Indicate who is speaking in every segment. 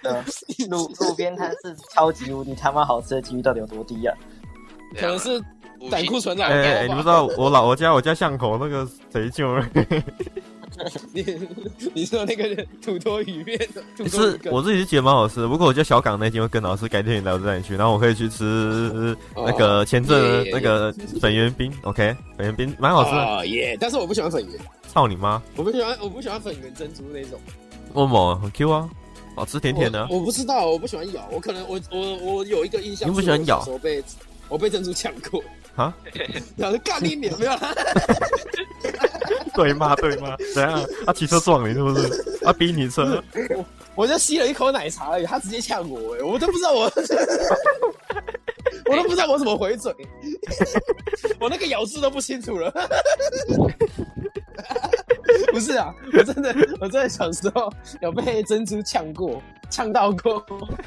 Speaker 1: 的路路边摊是超级无敌他妈好吃的几率到底有多低啊？
Speaker 2: 可能是胆固醇染
Speaker 3: 哎、哎
Speaker 2: 高
Speaker 3: 你
Speaker 2: 吧
Speaker 3: 不知道我老我家我家巷口那个谁救了？
Speaker 2: 你 你说那个土托鱼面， 土托鱼
Speaker 3: 是
Speaker 2: 羹
Speaker 3: 我自己是觉得蛮好吃的。不过我觉得小港那间会更好吃，改天你来我这里去，然后我可以去吃那个前阵的
Speaker 2: 哦
Speaker 3: 那个粉圆冰，OK，粉圆冰蛮好吃的。
Speaker 2: 哦耶！但是我不喜欢粉圆，
Speaker 3: 操你妈，
Speaker 2: 我不喜欢我不喜欢粉圆珍珠那种，
Speaker 3: 我某很 Q 啊，好吃甜甜的啊、
Speaker 2: 我。我不知道，我不喜欢咬，我可能我我我有一个印象，
Speaker 3: 你不喜欢咬
Speaker 2: 我被我被珍珠呛过
Speaker 3: 啊，
Speaker 2: 然后干你脸没有啦，
Speaker 3: 对吗？对吗？怎样？啊他骑车撞你是不是？他逼你车？
Speaker 2: 我就吸了一口奶茶而已，他直接呛我、哎，我都不知道我， 我都不知道我怎么回嘴， 我那个咬字都不清楚了。 不是啊，我真的，我真的小时候有被珍珠呛过，呛到过，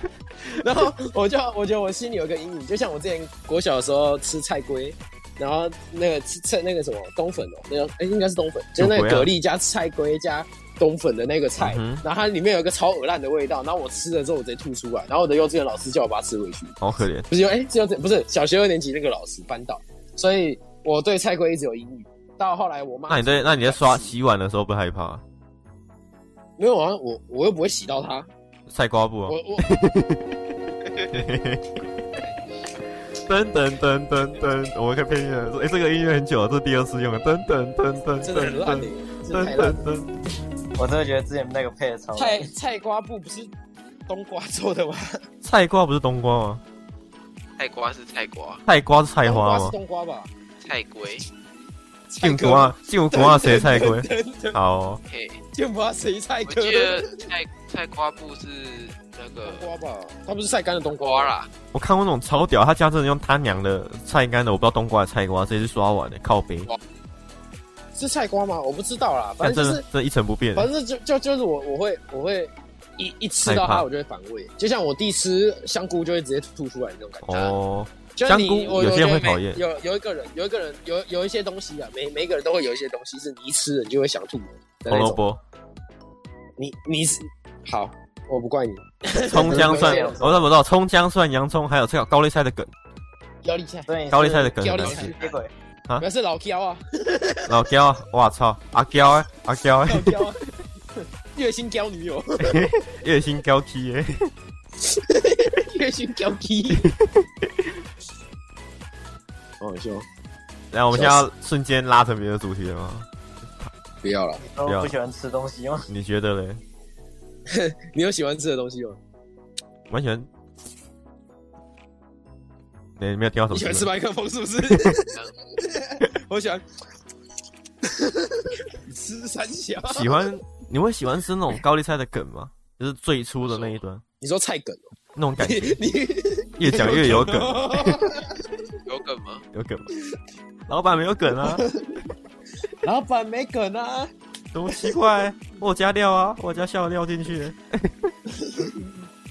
Speaker 2: 然后我就我觉得我心里有个阴影，就像我之前国小的时候吃菜龟，然后那个吃吃那个什么冬粉哦，那个哎、应该是冬粉，就是那个
Speaker 3: 有鬼啊
Speaker 2: 蛤蜊加菜龟加冬粉的那个菜，
Speaker 3: 嗯哼
Speaker 2: 然后它里面有一个超恶烂的味道，然后我吃了之后我直接吐出来，然后我的幼稚园老师叫我把它吃回去，
Speaker 3: 好可怜。
Speaker 2: 不是幼哎、是幼稚不是小学二年级那个老师班导，所以我对菜龟一直有阴影。到后来我妈
Speaker 3: 那你对那你在刷洗碗的时候不害怕？啊
Speaker 2: 没有啊，我我又不会洗到它，
Speaker 3: 菜瓜布、啊
Speaker 2: 我。我
Speaker 3: 噔噔噔噔噔，我们可以配音乐。哎、这个音乐很久了，这是第二次用的。噔噔噔噔
Speaker 2: 真的很
Speaker 3: 噔
Speaker 2: 烂的
Speaker 3: 噔，
Speaker 2: 真的太烂
Speaker 3: 噔
Speaker 2: 了
Speaker 3: 噔。噔，
Speaker 1: 我真的觉得之前那个配的超
Speaker 2: 菜菜瓜布不是冬瓜做的吗？
Speaker 3: 菜瓜不是冬瓜吗？
Speaker 4: 菜瓜是菜瓜，
Speaker 3: 菜瓜是菜
Speaker 2: 冬瓜
Speaker 3: 花
Speaker 2: 是
Speaker 3: 吗？
Speaker 2: 冬瓜吧？
Speaker 4: 菜龟，
Speaker 3: 进国啊，进国啊，谁菜龟？
Speaker 2: 对，
Speaker 3: 好哦、
Speaker 4: 嘿，
Speaker 2: 就不知谁菜
Speaker 4: 我
Speaker 2: 哥
Speaker 4: 记得菜菜瓜布是那
Speaker 2: 冬
Speaker 4: 个
Speaker 2: 瓜吧？它不是晒干的冬瓜
Speaker 4: 瓜
Speaker 2: 啦。
Speaker 4: 啦，
Speaker 3: 我看过那种超屌，他家真的用他娘的菜干的，我不知道冬瓜还是菜瓜，直接去刷碗的，靠背，
Speaker 2: 是菜瓜吗？我不知道啦，反
Speaker 3: 但哎真
Speaker 2: 正
Speaker 3: 的
Speaker 2: 就是
Speaker 3: 真的一成不变。
Speaker 2: 反正就就就是我我会我会一一吃
Speaker 3: 害
Speaker 2: 到
Speaker 3: 怕
Speaker 2: 它我就会反胃，就像我弟吃香菇就会直接吐出来那种感觉。
Speaker 3: 哦，
Speaker 2: 就是你
Speaker 3: 香菇
Speaker 2: 我
Speaker 3: 有些人
Speaker 2: 我觉得
Speaker 3: 会
Speaker 2: 每
Speaker 3: 讨厌
Speaker 2: 有有一个人，有一个人有有一些东西啊，每每一个人都会有一些东西是你一吃了你就会想吐的
Speaker 3: 红
Speaker 2: 那
Speaker 3: 萝
Speaker 2: 种。
Speaker 3: 卜、
Speaker 2: 你你是好，我不怪你。
Speaker 3: 葱姜蒜
Speaker 2: 对，
Speaker 3: 我怎么知道？葱姜蒜、洋葱，还有这个高丽菜的梗，
Speaker 2: 腰力菜，
Speaker 1: 所以你是
Speaker 3: 高丽菜的梗
Speaker 2: 高
Speaker 3: 很
Speaker 2: 丽
Speaker 3: 难
Speaker 2: 菜
Speaker 3: 吃。
Speaker 1: 接轨，
Speaker 3: 啊
Speaker 2: 那是老胶啊，
Speaker 3: 老焦啊，哇操，阿焦啊，阿焦啊，
Speaker 2: 老胶啊，月薪胶女友，
Speaker 3: 月薪高 T 耶。
Speaker 2: 月薪胶 T。好笑，
Speaker 3: 然后我们现在要瞬间拉成别的主题了吗？
Speaker 2: 不要了。
Speaker 1: 都
Speaker 3: 不要
Speaker 1: 不喜欢吃东西吗？
Speaker 3: 你觉得嘞？
Speaker 2: 你有喜欢吃的东西吗？
Speaker 3: 完全，你没有听到什么？
Speaker 2: 你喜欢吃麦克风是不 是？我喜欢 吃三小。
Speaker 3: 喜欢你会喜欢吃那种高丽菜的梗吗？就是最初的那一段
Speaker 2: 你说菜梗哦，
Speaker 3: 那种 感
Speaker 2: 你
Speaker 3: 觉，
Speaker 2: 你
Speaker 3: 越讲越有梗，
Speaker 4: 有梗吗？
Speaker 3: 有梗吗？老板没有梗啊，
Speaker 2: 老板没梗 啊，
Speaker 3: 怎么奇怪？我有加料啊，我有加笑料进去。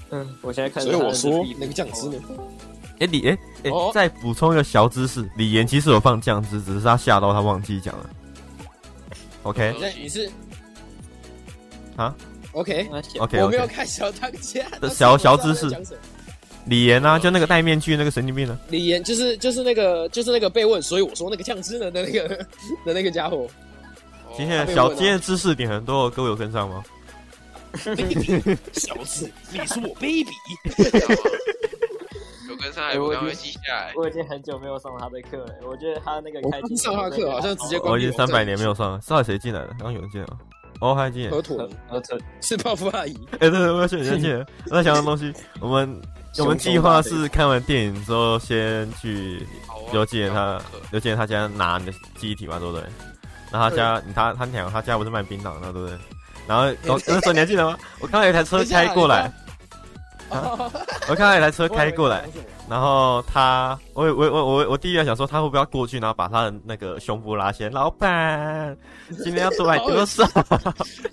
Speaker 1: 嗯，我现在看，
Speaker 2: 所以我说那个酱汁呢？
Speaker 3: 哎、李哎哎、
Speaker 2: 哦
Speaker 3: 再补充一个小知识，李岩其实有放酱汁，只是他吓到他忘记讲了。OK
Speaker 2: 你在你是
Speaker 3: 啊
Speaker 2: ？OK，
Speaker 3: OK
Speaker 2: 我没有
Speaker 3: OK，
Speaker 2: 看小当家
Speaker 3: 这小小知识。
Speaker 2: 但是我知道你在讲什么
Speaker 3: 李岩啊，就那个戴面具那个神经病呢、
Speaker 2: 李岩就是就是那个就是那个被问，所以我说那个酱汁呢的那个 的那个家伙，
Speaker 4: 哦
Speaker 3: 今天的
Speaker 2: 被
Speaker 3: 小
Speaker 2: 问啊
Speaker 3: 今天的知识点很多，各位有跟上吗？
Speaker 2: 小子，你是我 baby。
Speaker 4: 知道吗有跟上来，
Speaker 1: 哎
Speaker 4: 我
Speaker 1: 我
Speaker 4: 赶快记下来。
Speaker 1: 我已经很久没有上他的课了，我觉得他那个
Speaker 2: 我
Speaker 1: 开机
Speaker 2: 上他的课好像直接关
Speaker 3: 哦我已
Speaker 2: 闭
Speaker 3: 经
Speaker 2: 我
Speaker 3: 三百年没有上了，到底谁进来的？刚刚有人进来了。哦，还进来。
Speaker 2: 河豚
Speaker 1: 我操，
Speaker 2: 是泡芙阿姨，
Speaker 3: 哎、对对，我要选 人去。我在想的东西，我们我们计划是看完电影之后，先去
Speaker 4: 好啊
Speaker 3: 刘继言他
Speaker 4: 有梗
Speaker 3: 刘继言他家拿你的记忆体嘛，对不对？然后他家你他他娘他家不是卖槟榔的，对不对？然后我那时候你还记得吗？我看到有一台 车开过来，我看到有一台
Speaker 2: 哦
Speaker 3: 车啊开过来，然后他我我我我我第一眼想说他会不会要过去，然后把他的那个胸部拉起来，老板今天要多买多 少？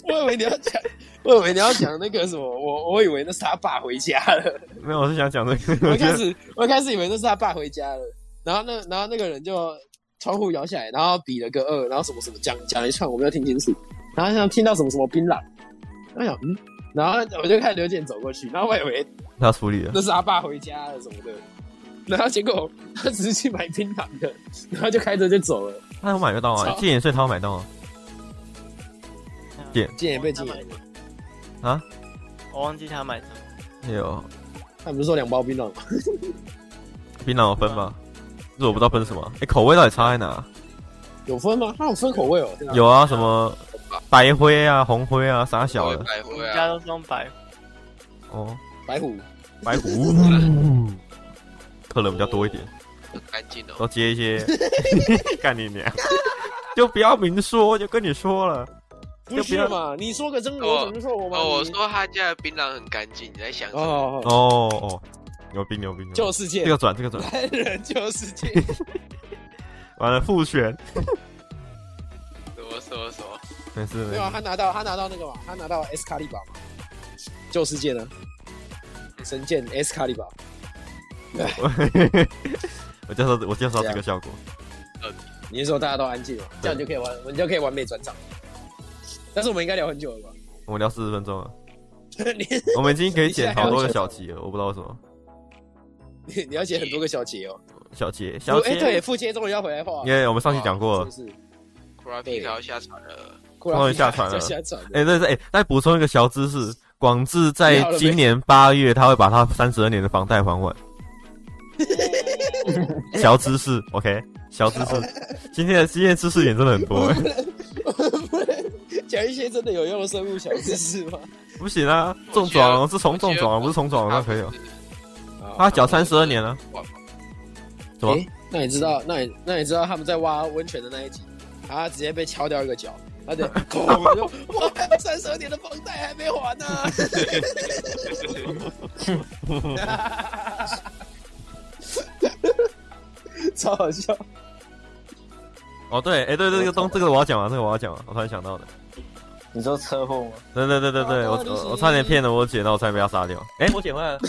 Speaker 2: 我以为你要讲，我以为你要讲那个什么，我我以为那是他爸回家了。
Speaker 3: 没有，我是想讲这个，
Speaker 2: 我
Speaker 3: 我
Speaker 2: 一
Speaker 3: 觉
Speaker 2: 开
Speaker 3: 得
Speaker 2: 始我一开始以为那是他爸回家了，然后那然后那个人就窗户摇下来，然后比了个二，然后什么什么讲讲了一串，我没有听清楚。然后像听到什么什么槟榔，然后想嗯，然后我就看刘简走过去，然后我以为
Speaker 3: 他处理了
Speaker 2: 那是他爸回家了什么的，然后结果他只是去买槟榔的，然后就开车就走了，
Speaker 3: 他有买得到啊，
Speaker 2: 操
Speaker 3: 戒严税他有买到啊，戒
Speaker 2: 竟然也被禁言
Speaker 1: 了
Speaker 2: 了。
Speaker 1: 我忘记他买什么，
Speaker 3: 也有
Speaker 2: 他不是说两包槟榔吗？
Speaker 3: 槟榔有啊分吧？就是我不知道分什么，哎，口味到底差在哪？
Speaker 2: 有分吗？他有分口味哦。天啊
Speaker 3: 有啊，什么白灰啊、红灰啊，啥小
Speaker 4: 我
Speaker 3: 的
Speaker 4: 白
Speaker 1: 我
Speaker 4: 灰
Speaker 1: 们家
Speaker 4: 啊，
Speaker 1: 都是用白
Speaker 3: 哦，
Speaker 2: 白虎，
Speaker 3: 白虎，客人比较多一点，
Speaker 4: 很干净哦。
Speaker 3: 都接一些 干你娘，就不要明说，就跟你说了，
Speaker 2: 不是嘛？你说个真的，我怎么说我吗？
Speaker 4: 哦，我
Speaker 2: 你
Speaker 4: 说他家的槟榔很干净，你在想什么？
Speaker 2: 哦，哦
Speaker 3: 哦哦，牛逼牛逼，牛逼
Speaker 2: 旧世界
Speaker 3: 这，个转这个转，
Speaker 2: 来 人旧世界，
Speaker 3: 完了复选，
Speaker 4: 什么什么什么？
Speaker 3: 没事没
Speaker 2: 对啊，
Speaker 3: 事，
Speaker 2: 他拿到他拿到那个嘛，他拿到 S 卡利巴嘛，旧世界呢？神剑 S 卡利巴，
Speaker 3: 我就说我就说这个效果，
Speaker 2: 你是说大家都安静嘛？这样你就可以完，我们就可以完美转场。但是我们应该聊很久了吧？
Speaker 3: 我们聊四十分钟了，啊
Speaker 2: 你
Speaker 3: 我们已经可以剪好多个小节了，我不知道为什么
Speaker 2: 你你要写很多个小节哦。
Speaker 3: 小节小
Speaker 2: 哎，对，
Speaker 3: 节，
Speaker 2: 副节终于要回来画，
Speaker 3: 因为我们上期讲过了
Speaker 2: 是。不是？
Speaker 4: 库拉皮卡要下船了，
Speaker 2: 库
Speaker 3: 终
Speaker 2: 拉
Speaker 3: 于下船了
Speaker 2: 就下船了。
Speaker 3: 哎、对对，哎、再补充一个小知识，广智在
Speaker 2: 你好了没
Speaker 3: 今年八月，他会把他三十二年的房贷还完。小知识，OK，小知识。今天的今天的知识点真的很多、哎
Speaker 2: 讲一些真的有用的生物小知识 吗？
Speaker 3: 不行啊，中转了，是重中转了，不是重转了，那可以了。他缴三十二年了，
Speaker 4: 哇
Speaker 3: 什么？
Speaker 2: 诶那你知道，那你那你知道他们在挖温泉的那一集，他直接被敲掉一个脚，他 得空就我还有三十二年的房贷还没还啊呢、 超好笑！
Speaker 3: 哦，对，哎、对对，这个东这个我要讲啊，这个我要讲啊，我突然想到的。
Speaker 1: 你说车祸吗？
Speaker 3: 对对对对对，我我我差点骗了我姐，然后我差点被她杀掉。哎、我姐回来了。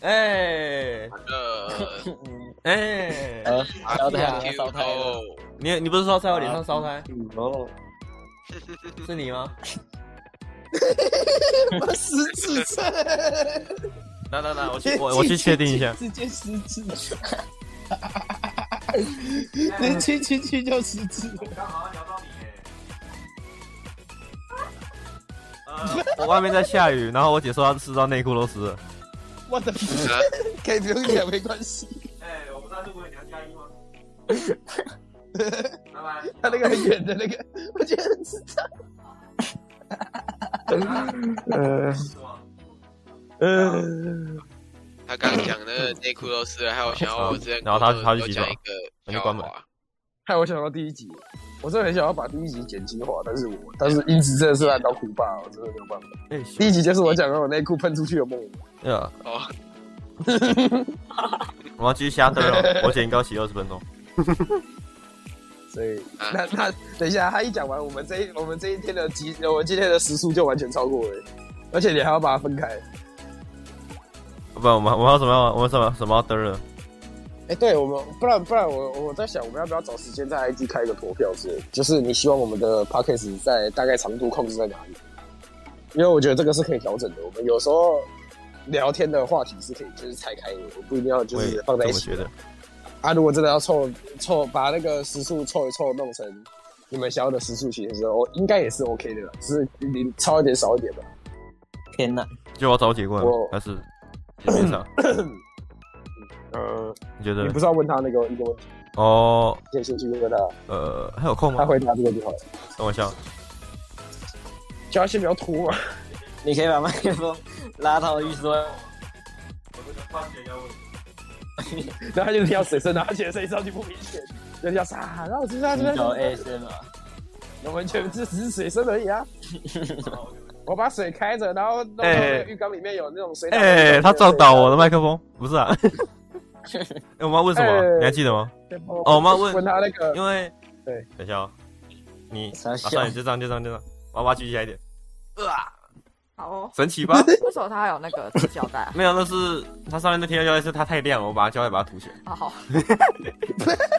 Speaker 3: 哎
Speaker 4: 呃，
Speaker 1: 嗯，
Speaker 3: 哎、
Speaker 1: 呃，聊得
Speaker 4: 啊
Speaker 1: 很烧胎了。
Speaker 4: 哦
Speaker 3: 你你不是说在我脸上烧胎？
Speaker 1: 嗯哦，
Speaker 3: 是你吗？
Speaker 2: 我失智症，
Speaker 3: 来来来，我去我我去确定一下。
Speaker 2: 直接失智， 人亲亲亲就失智了。
Speaker 3: 刚好像聊到你耶。呃，我外面在下雨，然后我姐说她湿到内裤都湿了。
Speaker 2: 我的，
Speaker 4: 啊
Speaker 2: 可以不用讲，没关系。
Speaker 3: 哎、我不知道是为你要加衣吗？拜
Speaker 2: 他那个很远的那个，我觉得很智障。
Speaker 1: 呃
Speaker 3: 拜。
Speaker 2: 呃，
Speaker 4: 他刚刚讲的内裤都湿了，还有想要我之前
Speaker 3: 然后他他去
Speaker 4: 有
Speaker 3: 洗
Speaker 4: 讲
Speaker 3: 澡
Speaker 4: 一个
Speaker 3: 他
Speaker 4: 笑
Speaker 3: 就
Speaker 4: 话
Speaker 3: 关门，
Speaker 2: 害我想到第一集，我真的很想要把第一集剪精华，但是我但是音质真的是烂到哭吧，我真的没有办法。
Speaker 3: 哎，
Speaker 2: 第一集就是我讲到我内裤喷出去的梦，
Speaker 3: 哎呀，
Speaker 4: 哦，
Speaker 3: 我要继续瞎嘚 了。我姐应该要洗二十分钟。
Speaker 2: 所以
Speaker 4: 啊
Speaker 2: 那那等一下他一讲完，我们这一我们这一天的集，我们今天的时速就完全超过了，而且你还要把它分开。
Speaker 3: 啊不，我们我们要什么要我们什么什么要嘚了？
Speaker 2: 哎、对我们，不然不然我我在想，我们要不要找时间在 IG 开一个投票之类的？就是你希望我们的 podcast 在大概长度控制在哪里？因为我觉得这个是可以调整的。我们有时候聊天的话题是可以就是拆开的，我不一定要就
Speaker 3: 我也
Speaker 2: 是
Speaker 3: 这
Speaker 2: 放在一
Speaker 3: 么
Speaker 2: 起
Speaker 3: 觉得。
Speaker 2: 啊。如果真的要凑凑把那个时速凑一凑，弄成你们想要的时速，其实我应该也是 OK 的啦，只是你超一点少一点吧。
Speaker 1: 天哪！
Speaker 3: 就我要找我姐过来吗
Speaker 2: 我，
Speaker 3: 还是也 没啥？
Speaker 2: 呃，
Speaker 3: 你觉
Speaker 2: 你
Speaker 3: 得
Speaker 2: 不？是要问他那个一个问题，
Speaker 3: 哦，
Speaker 2: 可以先去问他，
Speaker 3: 呃，还有空
Speaker 2: 他
Speaker 3: 吗？
Speaker 2: 回答这个就好了。
Speaker 3: 等我一下。
Speaker 2: 叫他先不要拖嘛。
Speaker 1: 你可以把麦克风拉到浴室外。
Speaker 2: 然后他就听到水声，然后他觉得声音超级不明显，就叫啥？然后我知道，
Speaker 1: 你
Speaker 2: 知道，
Speaker 1: 搞
Speaker 2: 知
Speaker 1: ASM 啊？
Speaker 2: 道完全这只是水声而已 啊。我把水开着，然后弄到
Speaker 3: 哎
Speaker 2: 那个浴缸里面有那种水。
Speaker 3: 哎、他撞倒我的麦克风，不是啊？ 哎、我妈问什么？
Speaker 2: 哎
Speaker 3: 你还记得吗？
Speaker 2: 风。
Speaker 3: 哦，我
Speaker 2: 哦，
Speaker 3: 妈问，
Speaker 2: 问他那个，
Speaker 3: 因为
Speaker 2: 对，
Speaker 3: 等一下哦，你
Speaker 1: 傻
Speaker 3: 啊，
Speaker 1: 笑
Speaker 3: 算了，就这样，就这样，就这样，我要把它举起来一点，
Speaker 5: 好哦，
Speaker 3: 神奇吧？
Speaker 5: 为什么它还有那个纸胶 带啊？
Speaker 3: 没有，那是它上面那贴胶带是它太亮了，我把它胶带把它涂起来。
Speaker 5: 好好，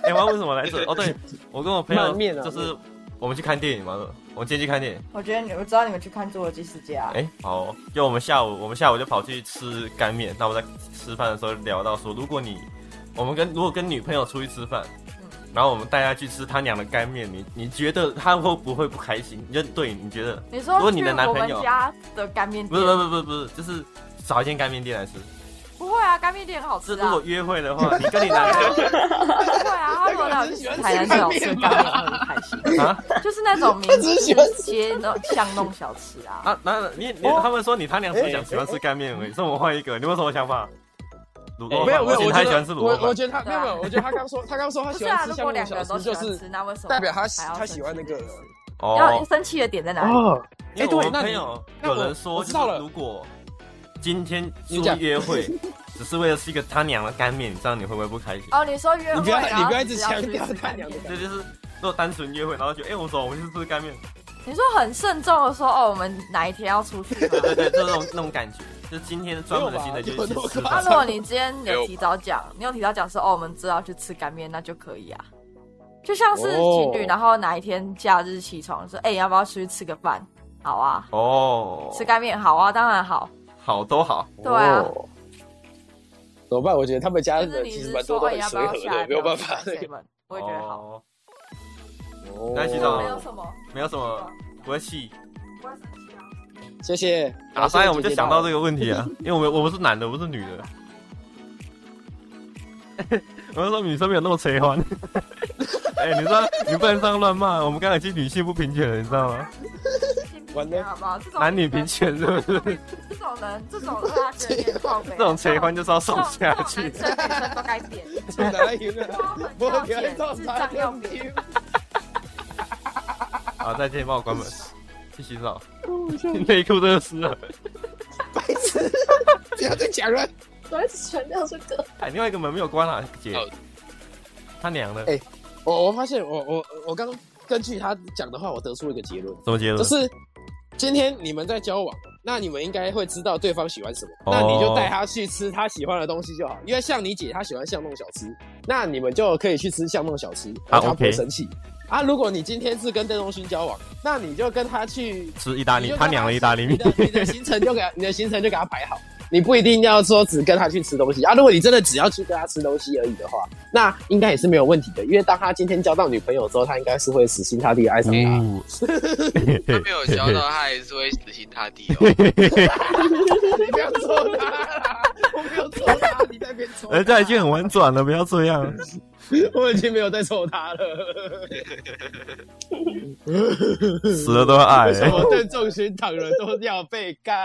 Speaker 3: 哎、我要问什么来着？哦，对，我跟我朋友
Speaker 2: 漫面啊
Speaker 3: 就是我们去看电影嘛，我今天去看电影。
Speaker 5: 我觉得你，我知道你们去看《侏罗纪世界》啊。
Speaker 3: 哎、好哦，就我们下午，我们下午就跑去吃干面。那我们在吃饭的时候聊到说，如果你我们跟如果跟女朋友出去吃饭，
Speaker 2: 嗯
Speaker 3: 然后我们带她去吃她娘的干面，你你觉得她会不会不开心？你就对，你觉得
Speaker 5: 你说
Speaker 3: 如果你
Speaker 5: 去
Speaker 3: 的男
Speaker 5: 我
Speaker 3: 朋
Speaker 5: 们
Speaker 3: 友
Speaker 5: 家的干面
Speaker 3: 不
Speaker 5: 店
Speaker 3: 是不是不是不是，就是找一间干面店来吃。
Speaker 5: 不会啊，干面店很好
Speaker 3: 是
Speaker 5: 吃
Speaker 3: 如
Speaker 5: 啊
Speaker 3: 果，约会的话，你跟你男朋
Speaker 5: 不会啊，他如果带我去吃台南最好吃的干面，我很开心。
Speaker 3: 友 啊
Speaker 5: 就是那种名字街那种巷弄小吃啊。
Speaker 3: 啊，那你你
Speaker 2: 哦
Speaker 3: 他们说你他娘只想喜欢吃干面而已，所以我们换一个，你有什么想法？卤 肉
Speaker 2: 没
Speaker 3: 饭，
Speaker 2: 有没有，
Speaker 3: 我
Speaker 2: 我
Speaker 3: 他
Speaker 2: 觉
Speaker 3: 喜欢
Speaker 2: 得
Speaker 3: 吃卤
Speaker 2: 我
Speaker 3: 肉
Speaker 2: 我
Speaker 3: 饭。
Speaker 2: 觉得他没有没有，我觉得他刚说他刚说他
Speaker 5: 不
Speaker 2: 喜
Speaker 5: 是
Speaker 2: 欢
Speaker 5: 啊，
Speaker 2: 吃
Speaker 5: 如
Speaker 2: 香
Speaker 5: 果
Speaker 2: 浓
Speaker 5: 两个
Speaker 2: 小
Speaker 5: 人都
Speaker 2: 吃，
Speaker 5: 喜
Speaker 2: 就
Speaker 5: 欢
Speaker 2: 是
Speaker 5: 吃，那为什么
Speaker 2: 代表他
Speaker 5: 还要
Speaker 2: 他喜欢那个人。
Speaker 5: 要
Speaker 3: 哦，
Speaker 5: 生气的点在哪里？
Speaker 2: 哦，
Speaker 3: 因为
Speaker 2: 哎对
Speaker 3: 我
Speaker 2: 那
Speaker 3: 朋
Speaker 2: 你
Speaker 3: 友
Speaker 2: 那
Speaker 3: 有
Speaker 2: 我
Speaker 3: 人说，
Speaker 2: 我
Speaker 3: 就
Speaker 2: 知道
Speaker 3: 是
Speaker 2: 了
Speaker 3: 如果今天出
Speaker 2: 你讲
Speaker 3: 约会，只是为了吃一个他娘的干面，你知道你会不会不开心？
Speaker 5: 哦，你说约会，
Speaker 2: 你不要
Speaker 5: 然后
Speaker 2: 你不要一
Speaker 5: 只
Speaker 2: 直
Speaker 5: 要
Speaker 2: 强
Speaker 5: 去
Speaker 2: 调
Speaker 5: 吃
Speaker 2: 他
Speaker 5: 饭
Speaker 2: 娘的
Speaker 5: 店
Speaker 3: 这就是如果单纯约会，然后就哎，我走，我们去吃 干面。
Speaker 5: 你说很慎重的说，哦，我们哪一天要出去吗？
Speaker 3: 对对，就是那种那种感觉，就是今天专门的行程就
Speaker 2: 没有啊
Speaker 3: 是
Speaker 2: 吧
Speaker 3: 去吃
Speaker 5: 那
Speaker 3: 饭。
Speaker 5: 如果你今天有提早讲，你有提早讲说，哦，我们知道去吃干面，那就可以啊。就像是情侣，
Speaker 2: 哦
Speaker 5: 然后哪一天假日起床说，哎、要不要出去吃个饭？好啊，
Speaker 3: 哦，
Speaker 5: 吃干面好啊，当然好。
Speaker 3: 好都好，
Speaker 5: 对啊
Speaker 2: 哦。怎么办？我觉得他们家
Speaker 5: 但是
Speaker 2: 人
Speaker 5: 你
Speaker 2: 其
Speaker 5: 只
Speaker 2: 实
Speaker 5: 是
Speaker 2: 蛮多
Speaker 5: 说，
Speaker 2: 都
Speaker 5: 哎、
Speaker 2: 很
Speaker 5: 要不
Speaker 2: 随
Speaker 5: 要
Speaker 2: 和
Speaker 5: 下来
Speaker 2: 的，没有办法。
Speaker 5: 不要去吃 seven？我也觉得好，
Speaker 3: 哦，
Speaker 2: 哦
Speaker 3: 那洗
Speaker 5: 没
Speaker 3: 澡
Speaker 5: 有什么，
Speaker 3: 没有什么不会气。
Speaker 5: 不会生气啊。
Speaker 2: 谢谢。
Speaker 3: 打
Speaker 2: 啊所以
Speaker 3: 塞我们就想到这
Speaker 2: 个。
Speaker 3: 个 问题啊，因为我们我们是男的，我们是女的。 我们说女生没有那么垂欢。 哎、你知道你不能这样乱骂，我们刚才已经女性不平权了，你知道吗？
Speaker 5: 性
Speaker 2: 完
Speaker 5: 平
Speaker 2: 了
Speaker 5: 权好不好？这种
Speaker 3: 男女平权是不是？
Speaker 5: 这种人，这种人他觉得有点靠北，
Speaker 3: 这种垂欢就是要
Speaker 5: 这
Speaker 3: 送
Speaker 5: 种
Speaker 3: 下去
Speaker 5: 这。种男生女生都该点，
Speaker 2: 哪里呢
Speaker 5: 高冷
Speaker 2: 我
Speaker 5: 要
Speaker 2: 要
Speaker 5: 点，
Speaker 2: 到
Speaker 5: 智障要点。
Speaker 3: 好，再见，帮我关门，去洗澡。内裤都湿了。
Speaker 2: 白痴， 不要再讲了。
Speaker 6: 我一直强调这个。
Speaker 3: 哎，另外一个门没有关啊，姐。他娘的，
Speaker 2: 哎我我发现我我我刚根据他讲的话，我得出了一个结论，
Speaker 3: 什么结
Speaker 2: 就
Speaker 3: 论？
Speaker 2: 是今天你们在交往，那你们应该会知道对方喜欢什么，
Speaker 3: 哦
Speaker 2: 那你就带他去吃他喜欢的东西就好。因为像你姐她喜欢巷弄小吃，那你们就可以去吃巷弄小吃，她
Speaker 3: 啊
Speaker 2: 不
Speaker 3: OK
Speaker 2: 会生气。啊，如果你今天是跟邓东勋交往，那你就跟他去
Speaker 3: 吃意大
Speaker 2: 你
Speaker 3: 利
Speaker 2: 就，
Speaker 3: 他娘的意大利
Speaker 2: 你
Speaker 3: 面。
Speaker 2: 的你的行程就给他，你的行程就给他排好，你不一定要说只跟他去吃东西啊。如果你真的只要去跟他吃东西而已的话，那应该也是没有问题的，因为当他今天交到女朋友之后，他应该是会死心塌地地爱上他。
Speaker 3: 哦，
Speaker 4: 他没有交到，他还是会死心塌地哦。
Speaker 2: 你不要揍他啦，我没有揍他，你在边揍
Speaker 3: 人家已经很哎婉转了，不要这样。
Speaker 2: 我已经没有在揍他了。
Speaker 3: 死了都要爱、
Speaker 2: 为什
Speaker 3: 欸。
Speaker 2: 么邓仲勋躺了都要被干？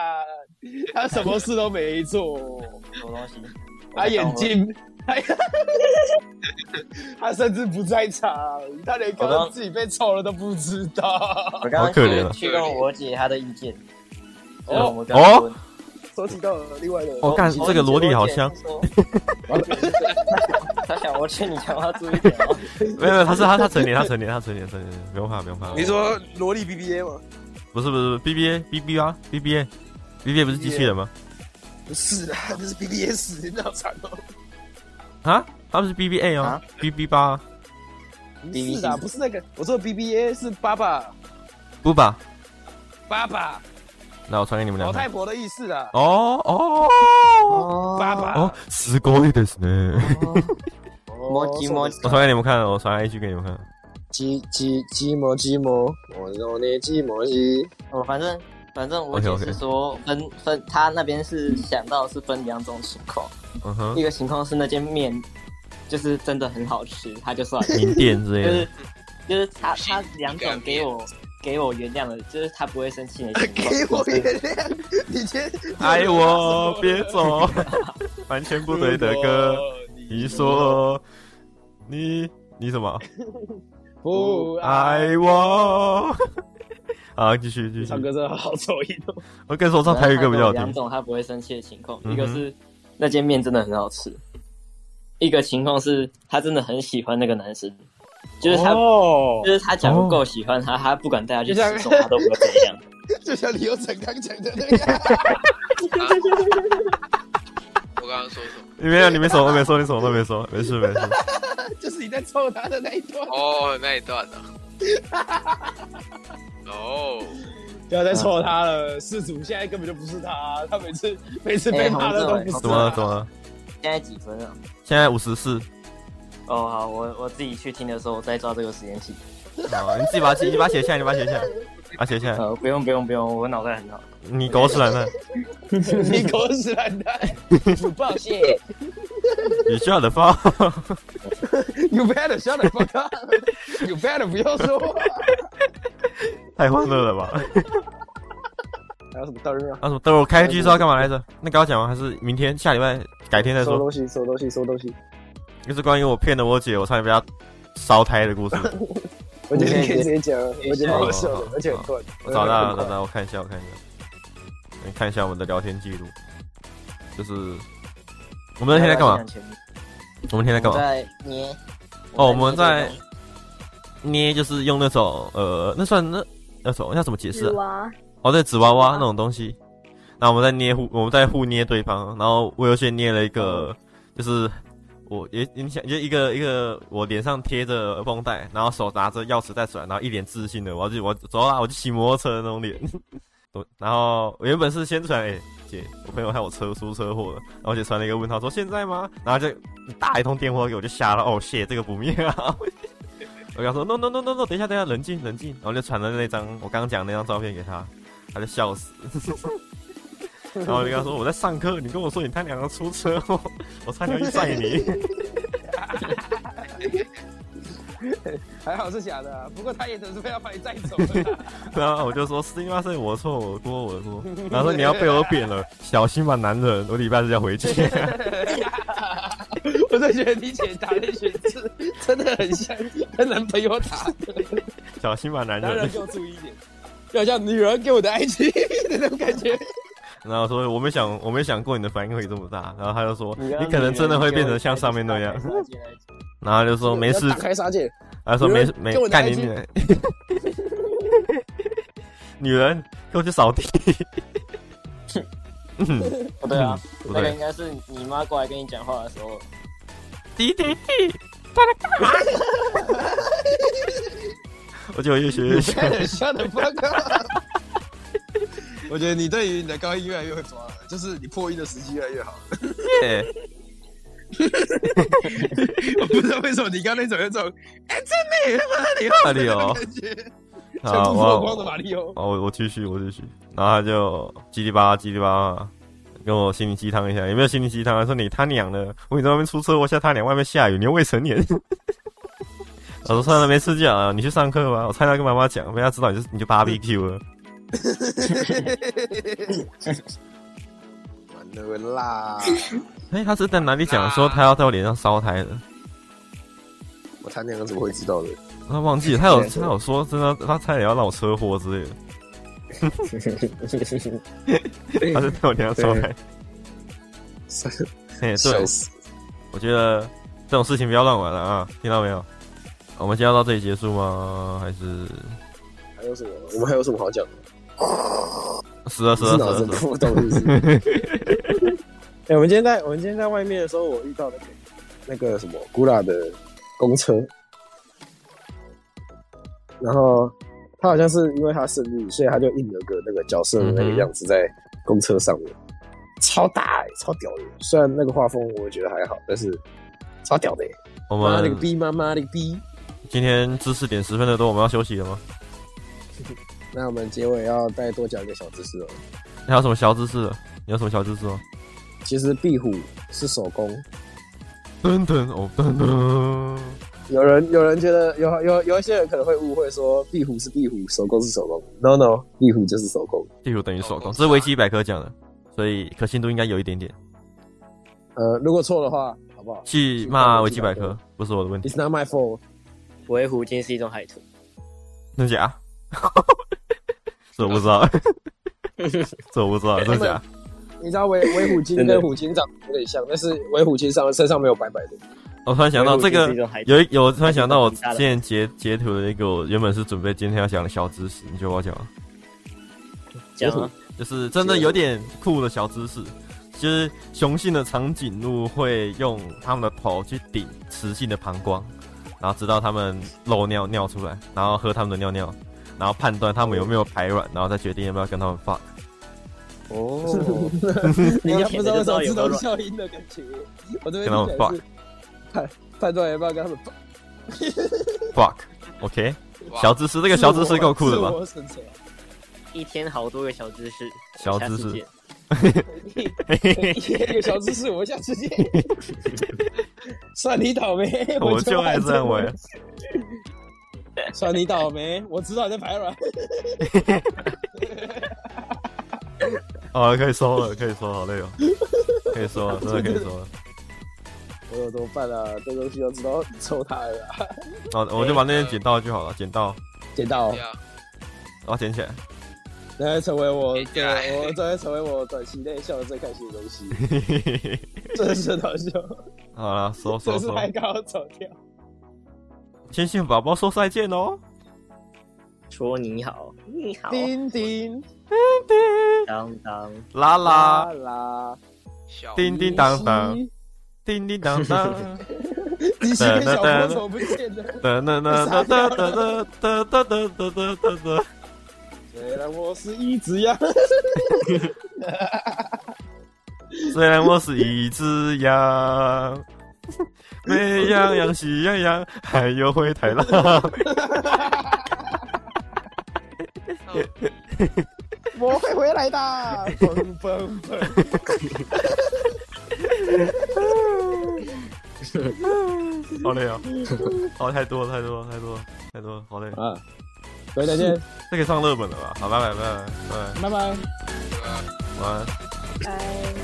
Speaker 2: 他什么事都没做，
Speaker 1: 什么东西？ 啊
Speaker 2: 他
Speaker 3: 哎
Speaker 2: 眼睛，他 他甚至不在场，他连刚刚自己被抽了都不知道。
Speaker 1: 我刚
Speaker 3: 好
Speaker 1: 刚
Speaker 3: 可怜啊
Speaker 1: 去去问我姐她的意见，
Speaker 2: 哦
Speaker 1: 哦，我刚刚问
Speaker 2: 收集到了另外的
Speaker 3: 我、哦、干，
Speaker 1: 我
Speaker 3: 这个萝莉好香。
Speaker 1: 我姐说我姐是她想我劝你讲话注意点哦。
Speaker 3: 没有，没有，他是他他成年，他成年，他成年，成年，不用怕，不用怕。
Speaker 2: 你说萝莉 BBA 吗？
Speaker 3: 不是不是 B B A B B 啊 B B A B B A 不是机器人吗？
Speaker 2: 不是啊，那是 BBS，你好惨哦。
Speaker 3: 啊，他们是 B B A 啊
Speaker 1: 啊
Speaker 3: b B 八啊
Speaker 2: 不是啊，不是那个，我说 BBA 是爸爸，
Speaker 3: 不吧？
Speaker 2: 爸爸，
Speaker 3: 那我传给你们
Speaker 2: 老哦
Speaker 3: 两
Speaker 2: 太
Speaker 3: 个。
Speaker 2: 婆的意思啊，
Speaker 3: 哦哦
Speaker 2: 爸 爸。
Speaker 3: 哦，すごいですね。
Speaker 1: 摩吉摩吉
Speaker 3: 我传给你们看，我传 I G 给你们看。
Speaker 2: 寂寂寂寞寂寞，我让你寂寞寂。
Speaker 1: 我哦反正反正我姐
Speaker 3: OK，OK
Speaker 1: 是说分分，她那边是想到是分两种情况，
Speaker 3: 嗯哼，
Speaker 1: 一个情况是那间面就是真的很好吃，她 就算了，
Speaker 3: 名店之
Speaker 1: 就
Speaker 3: 类
Speaker 1: 是
Speaker 2: 嗯
Speaker 3: 的。
Speaker 1: 就是她她两种给我给我原谅了，就是她不会生气的情况。
Speaker 2: 给我原谅，你先
Speaker 3: 爱我 别走，完全不对的歌。，你说你你什么？
Speaker 2: 不爱。
Speaker 3: 爱我。 好，继续继续
Speaker 2: 唱。歌真的好走音哦。
Speaker 3: 我跟你说，我唱台语歌比较好
Speaker 1: 两
Speaker 3: 听。
Speaker 1: 种她不会生气的情况，
Speaker 3: 嗯哼
Speaker 1: 一个是那间面真的很好吃，一个情况是她真的很喜欢那个男生，就是她
Speaker 2: 哦
Speaker 1: 就是她假如够喜欢他，她不管带她去吃
Speaker 2: 就像
Speaker 1: 什么，她都不会怎 样。
Speaker 2: 就像李友成刚讲的那个，
Speaker 4: 我刚刚说什么？
Speaker 3: 你没有，你没说，我没说，你什么都没说，没事没事。
Speaker 2: 就是你在凑他的那一段。
Speaker 4: 哦，那一段呢？ 哦，
Speaker 2: 不要再说他了，事主现在根本就不是他，他每次每次被骂的都不是他。
Speaker 3: 怎么了？怎么了？
Speaker 1: 现在几分了？
Speaker 3: 现在五十四，
Speaker 1: 哦，好，我我自己去听的时候，我再抓这个时间器。
Speaker 3: 好，你自己把它记你把它写下来，你把它写下来，把它写下来。
Speaker 1: 呃，不用不用不用，我脑袋很好。
Speaker 3: 你狗屎来了，
Speaker 2: 你狗屎烂蛋！不抱歉
Speaker 3: 你笑的发。
Speaker 2: ，You better shut the fuck up！You better 不要说话。
Speaker 3: 太欢乐 了吧？
Speaker 2: 还有什么刀刃啊？
Speaker 3: 那什么，等会儿我开剧是要干嘛来着？那刚刚讲完还是明天、下礼拜、改天再
Speaker 2: 收
Speaker 3: 说？
Speaker 2: 东西，收东西，收东西。
Speaker 3: 就是关于我骗了我姐，我差点被她烧胎的故事。
Speaker 2: 我觉得你可以直接讲，我觉得好笑的，而且很快。
Speaker 3: 我找 到 了，找到了，我看一下，我看一下，你看一下我们的聊天记录，就是我们那天在干嘛？？我们那天在干嘛？
Speaker 1: 在捏。
Speaker 3: 哦，我们在捏，就是用那种呃，那算那那种要怎么解释、
Speaker 6: 纸
Speaker 3: 啊？
Speaker 6: 娃，
Speaker 3: 哦，对，纸娃娃那种东西。那我们在捏互，我们在互捏对方，然后我有先捏了一个，就是我也你想就一个一个我脸上贴着绷带，然后手拿着钥匙在甩，然后一脸自信的我要去我要走啦，我去骑摩托车的那种脸。 我然后我原本是先传哎、姐，我朋友害我车出车祸了，然后我姐传了一个问号说现在吗？然后就一打一通电话给我，就吓了哦，谢这个不妙。 我跟他说 no no no no no，等一下等一下，冷静冷静，然后就传了那张我刚刚讲的那张照片给他，他就笑死。 然后我就跟他说我在上课，你跟我说你他娘的出车祸， 我差点去载你。
Speaker 2: 还好是假的啊，不过他也只是要把你带走了 啊。
Speaker 3: 然后我就说是因为是我的错，我的锅我的锅。然后说你要被我扁了，小心吧男人，我礼拜日要回去。
Speaker 2: 我都觉得你姐打那选字真的很像跟男朋友打的，
Speaker 3: 小心吧男
Speaker 2: 当
Speaker 3: 人
Speaker 2: 然。要注意一点，就好像女人给我的爱情 那种感觉。
Speaker 3: 然后说我没想我没想过你的反应会这么大。然后他就说你可能真的会变成像上面那样。然后他就说没事
Speaker 2: 要，打开杀戒，
Speaker 3: 他说没事没
Speaker 2: 给我拿
Speaker 3: 干
Speaker 2: 一
Speaker 3: 你
Speaker 2: 句
Speaker 3: 女 人，女人给我去 扫地。嗯，
Speaker 1: 不对啊，
Speaker 3: 不
Speaker 1: 那个
Speaker 3: 对
Speaker 1: 应，该是你妈过来跟你讲话的时候，
Speaker 3: 弟弟，他在干嘛？我就越学越像。
Speaker 2: 吓得不 高。我觉得你对于你的高音越来越会抓了，就是你破音的时机越来越 好。
Speaker 3: 耶
Speaker 2: 我不知道为什么你刚刚那种有种，哎、真的，他妈你
Speaker 3: 马里奥
Speaker 2: 的感觉，全
Speaker 3: 哦好，
Speaker 2: 部
Speaker 3: 我
Speaker 2: 破光的马里奥。
Speaker 3: 哦，我我继续，我继续。然后他就叽里吧啦叽里吧啦，跟我心灵鸡汤一下，有没有心灵鸡汤？啊他说你他娘的，我你在外面出车祸，现在他娘外面下雨，你又未成年。 我说算了，没事讲啊，你去上课吧。我猜他跟妈妈讲，被他知道你就你就 BBQ 了。
Speaker 2: 完了啦！
Speaker 3: 哎、他是在哪里讲说他要在我脸上烧胎的？
Speaker 2: 我他娘怎么会知道的？
Speaker 3: 他忘记了，他有他有说真的，他差点要让我车祸之 类的，他是在我脸上烧胎。哎、对
Speaker 2: 笑，死！
Speaker 3: 我觉得这种事情不要乱玩了啊，听到没有？我们今天要到这里结束吗？还是
Speaker 2: 还有什么？我们还有什么好讲的？
Speaker 3: 十二十
Speaker 2: 你是啊
Speaker 3: 二十
Speaker 2: 脑子
Speaker 3: 二十二？
Speaker 2: 不懂是不是？ 哎、我们今天在我们今天在外面的时候，我遇到那个那个什么古拉的公车，然后他好像是因为他生日，所以他就印了个那个角色的那个样子在公车上面，超大、欸、超屌的。虽然那个画风我觉得还好，但是超屌的、欸。
Speaker 3: 我
Speaker 2: 妈了个
Speaker 3: 们
Speaker 2: 逼，妈妈了个逼！
Speaker 3: 今天知识点十分的多，我们要休息了吗？
Speaker 2: 那我们结尾要再多讲一个小知识哦。
Speaker 3: 你还有什么小知识？啊你有什么小知识吗？
Speaker 2: 其实壁虎是手工，
Speaker 3: 噔噔哦噔噔，
Speaker 2: 有人有人觉得有有有一些人可能会误会说壁虎是壁虎，手工是手工。No No，壁虎就是手工。
Speaker 3: 地图等于手工，这是维基百科讲的，所以可信度应该有一点点。
Speaker 2: 呃，如果错的话，好不好
Speaker 3: 去骂维基百科，不是我的问题，
Speaker 2: ？It's not my fault。
Speaker 1: 维虎鲸是一种海豚。
Speaker 3: 真假？ 这我不 知道，这我不知
Speaker 2: 哎
Speaker 3: 道，真假？
Speaker 2: 你知道维维虎鲸
Speaker 1: 真的
Speaker 2: 跟虎鲸长得有点像，但是维虎鲸上身上没有白白的。
Speaker 3: 我突然想到这
Speaker 1: 维虎鲸是
Speaker 3: 个
Speaker 1: 一，种海豚
Speaker 3: 有一有，我突然想到我之前截截图的一个，我原本是准备今天要讲的小知识，你觉得我要讲吗？
Speaker 1: 讲啊，
Speaker 3: 就是真的有点酷的小知识，就是雄性的长颈鹿会用它们的头去顶雌性的膀胱，然后直到它们漏尿尿出来，然后喝它们的尿尿，然后判断他们有没有排卵，然后再决定要不要跟他们 fuck。
Speaker 1: 哦，
Speaker 2: 你要不知道为什么
Speaker 1: 有没
Speaker 2: 自
Speaker 1: 有
Speaker 2: 动
Speaker 1: 卵
Speaker 2: 效应的感觉，我这边
Speaker 3: 跟他们
Speaker 2: 听起来是判判断要不要跟他们 fuck
Speaker 3: fuck，OK，、
Speaker 4: 哇
Speaker 3: 小知识，这个小知识够酷的吧
Speaker 2: 自？我审查
Speaker 1: 一天好多个小知识，
Speaker 3: 小知识
Speaker 1: 下次见
Speaker 2: 一个小知识，我下次 见。算你倒霉，
Speaker 3: 我就爱
Speaker 2: 这
Speaker 3: 这样玩。
Speaker 2: 算你倒霉，我知道你在排卵。
Speaker 3: 哦，可以收了，可以收了，好累哦，可以收了，真的可以收了。
Speaker 2: 我有怎么办啊？这东西要知道抽他了啊，
Speaker 3: 哦，我就把那些剪到就好了，剪到，
Speaker 2: 捡到
Speaker 4: 对，啊，
Speaker 3: 然后剪起来。
Speaker 2: 那会成为我
Speaker 4: 捡起
Speaker 2: 对
Speaker 4: 来
Speaker 2: 我这会成为我短期内笑的最开心的东 西，真的是很好笑，
Speaker 3: 好了， 收
Speaker 2: 真
Speaker 3: 收
Speaker 2: 的是
Speaker 3: 收，
Speaker 2: 太高走掉。
Speaker 3: 天线宝宝说再见哦。
Speaker 1: 说你好，你好，
Speaker 2: 叮叮
Speaker 1: 当当，
Speaker 3: 啦啦，
Speaker 2: 啦，
Speaker 4: 小
Speaker 3: 叮叮当当，叮叮当当，
Speaker 2: 你是个小魔头不见的，
Speaker 3: 哒哒哒哒哒哒哒哒哒哒哒哒哒。
Speaker 2: 虽然我是一只羊。
Speaker 3: 虽然我是一只羊， 美羊羊、喜羊羊，还有灰太狼。
Speaker 2: 我会回来的，蹦蹦蹦！
Speaker 3: 好累啊！好太多了，太多了，太多了，太多了，好累。
Speaker 2: 啊，各位再见，
Speaker 3: 这可以上热门了吧？好，拜拜，拜拜，拜
Speaker 2: 拜拜。
Speaker 4: 对啊
Speaker 3: 拜，晚安。
Speaker 5: 哎。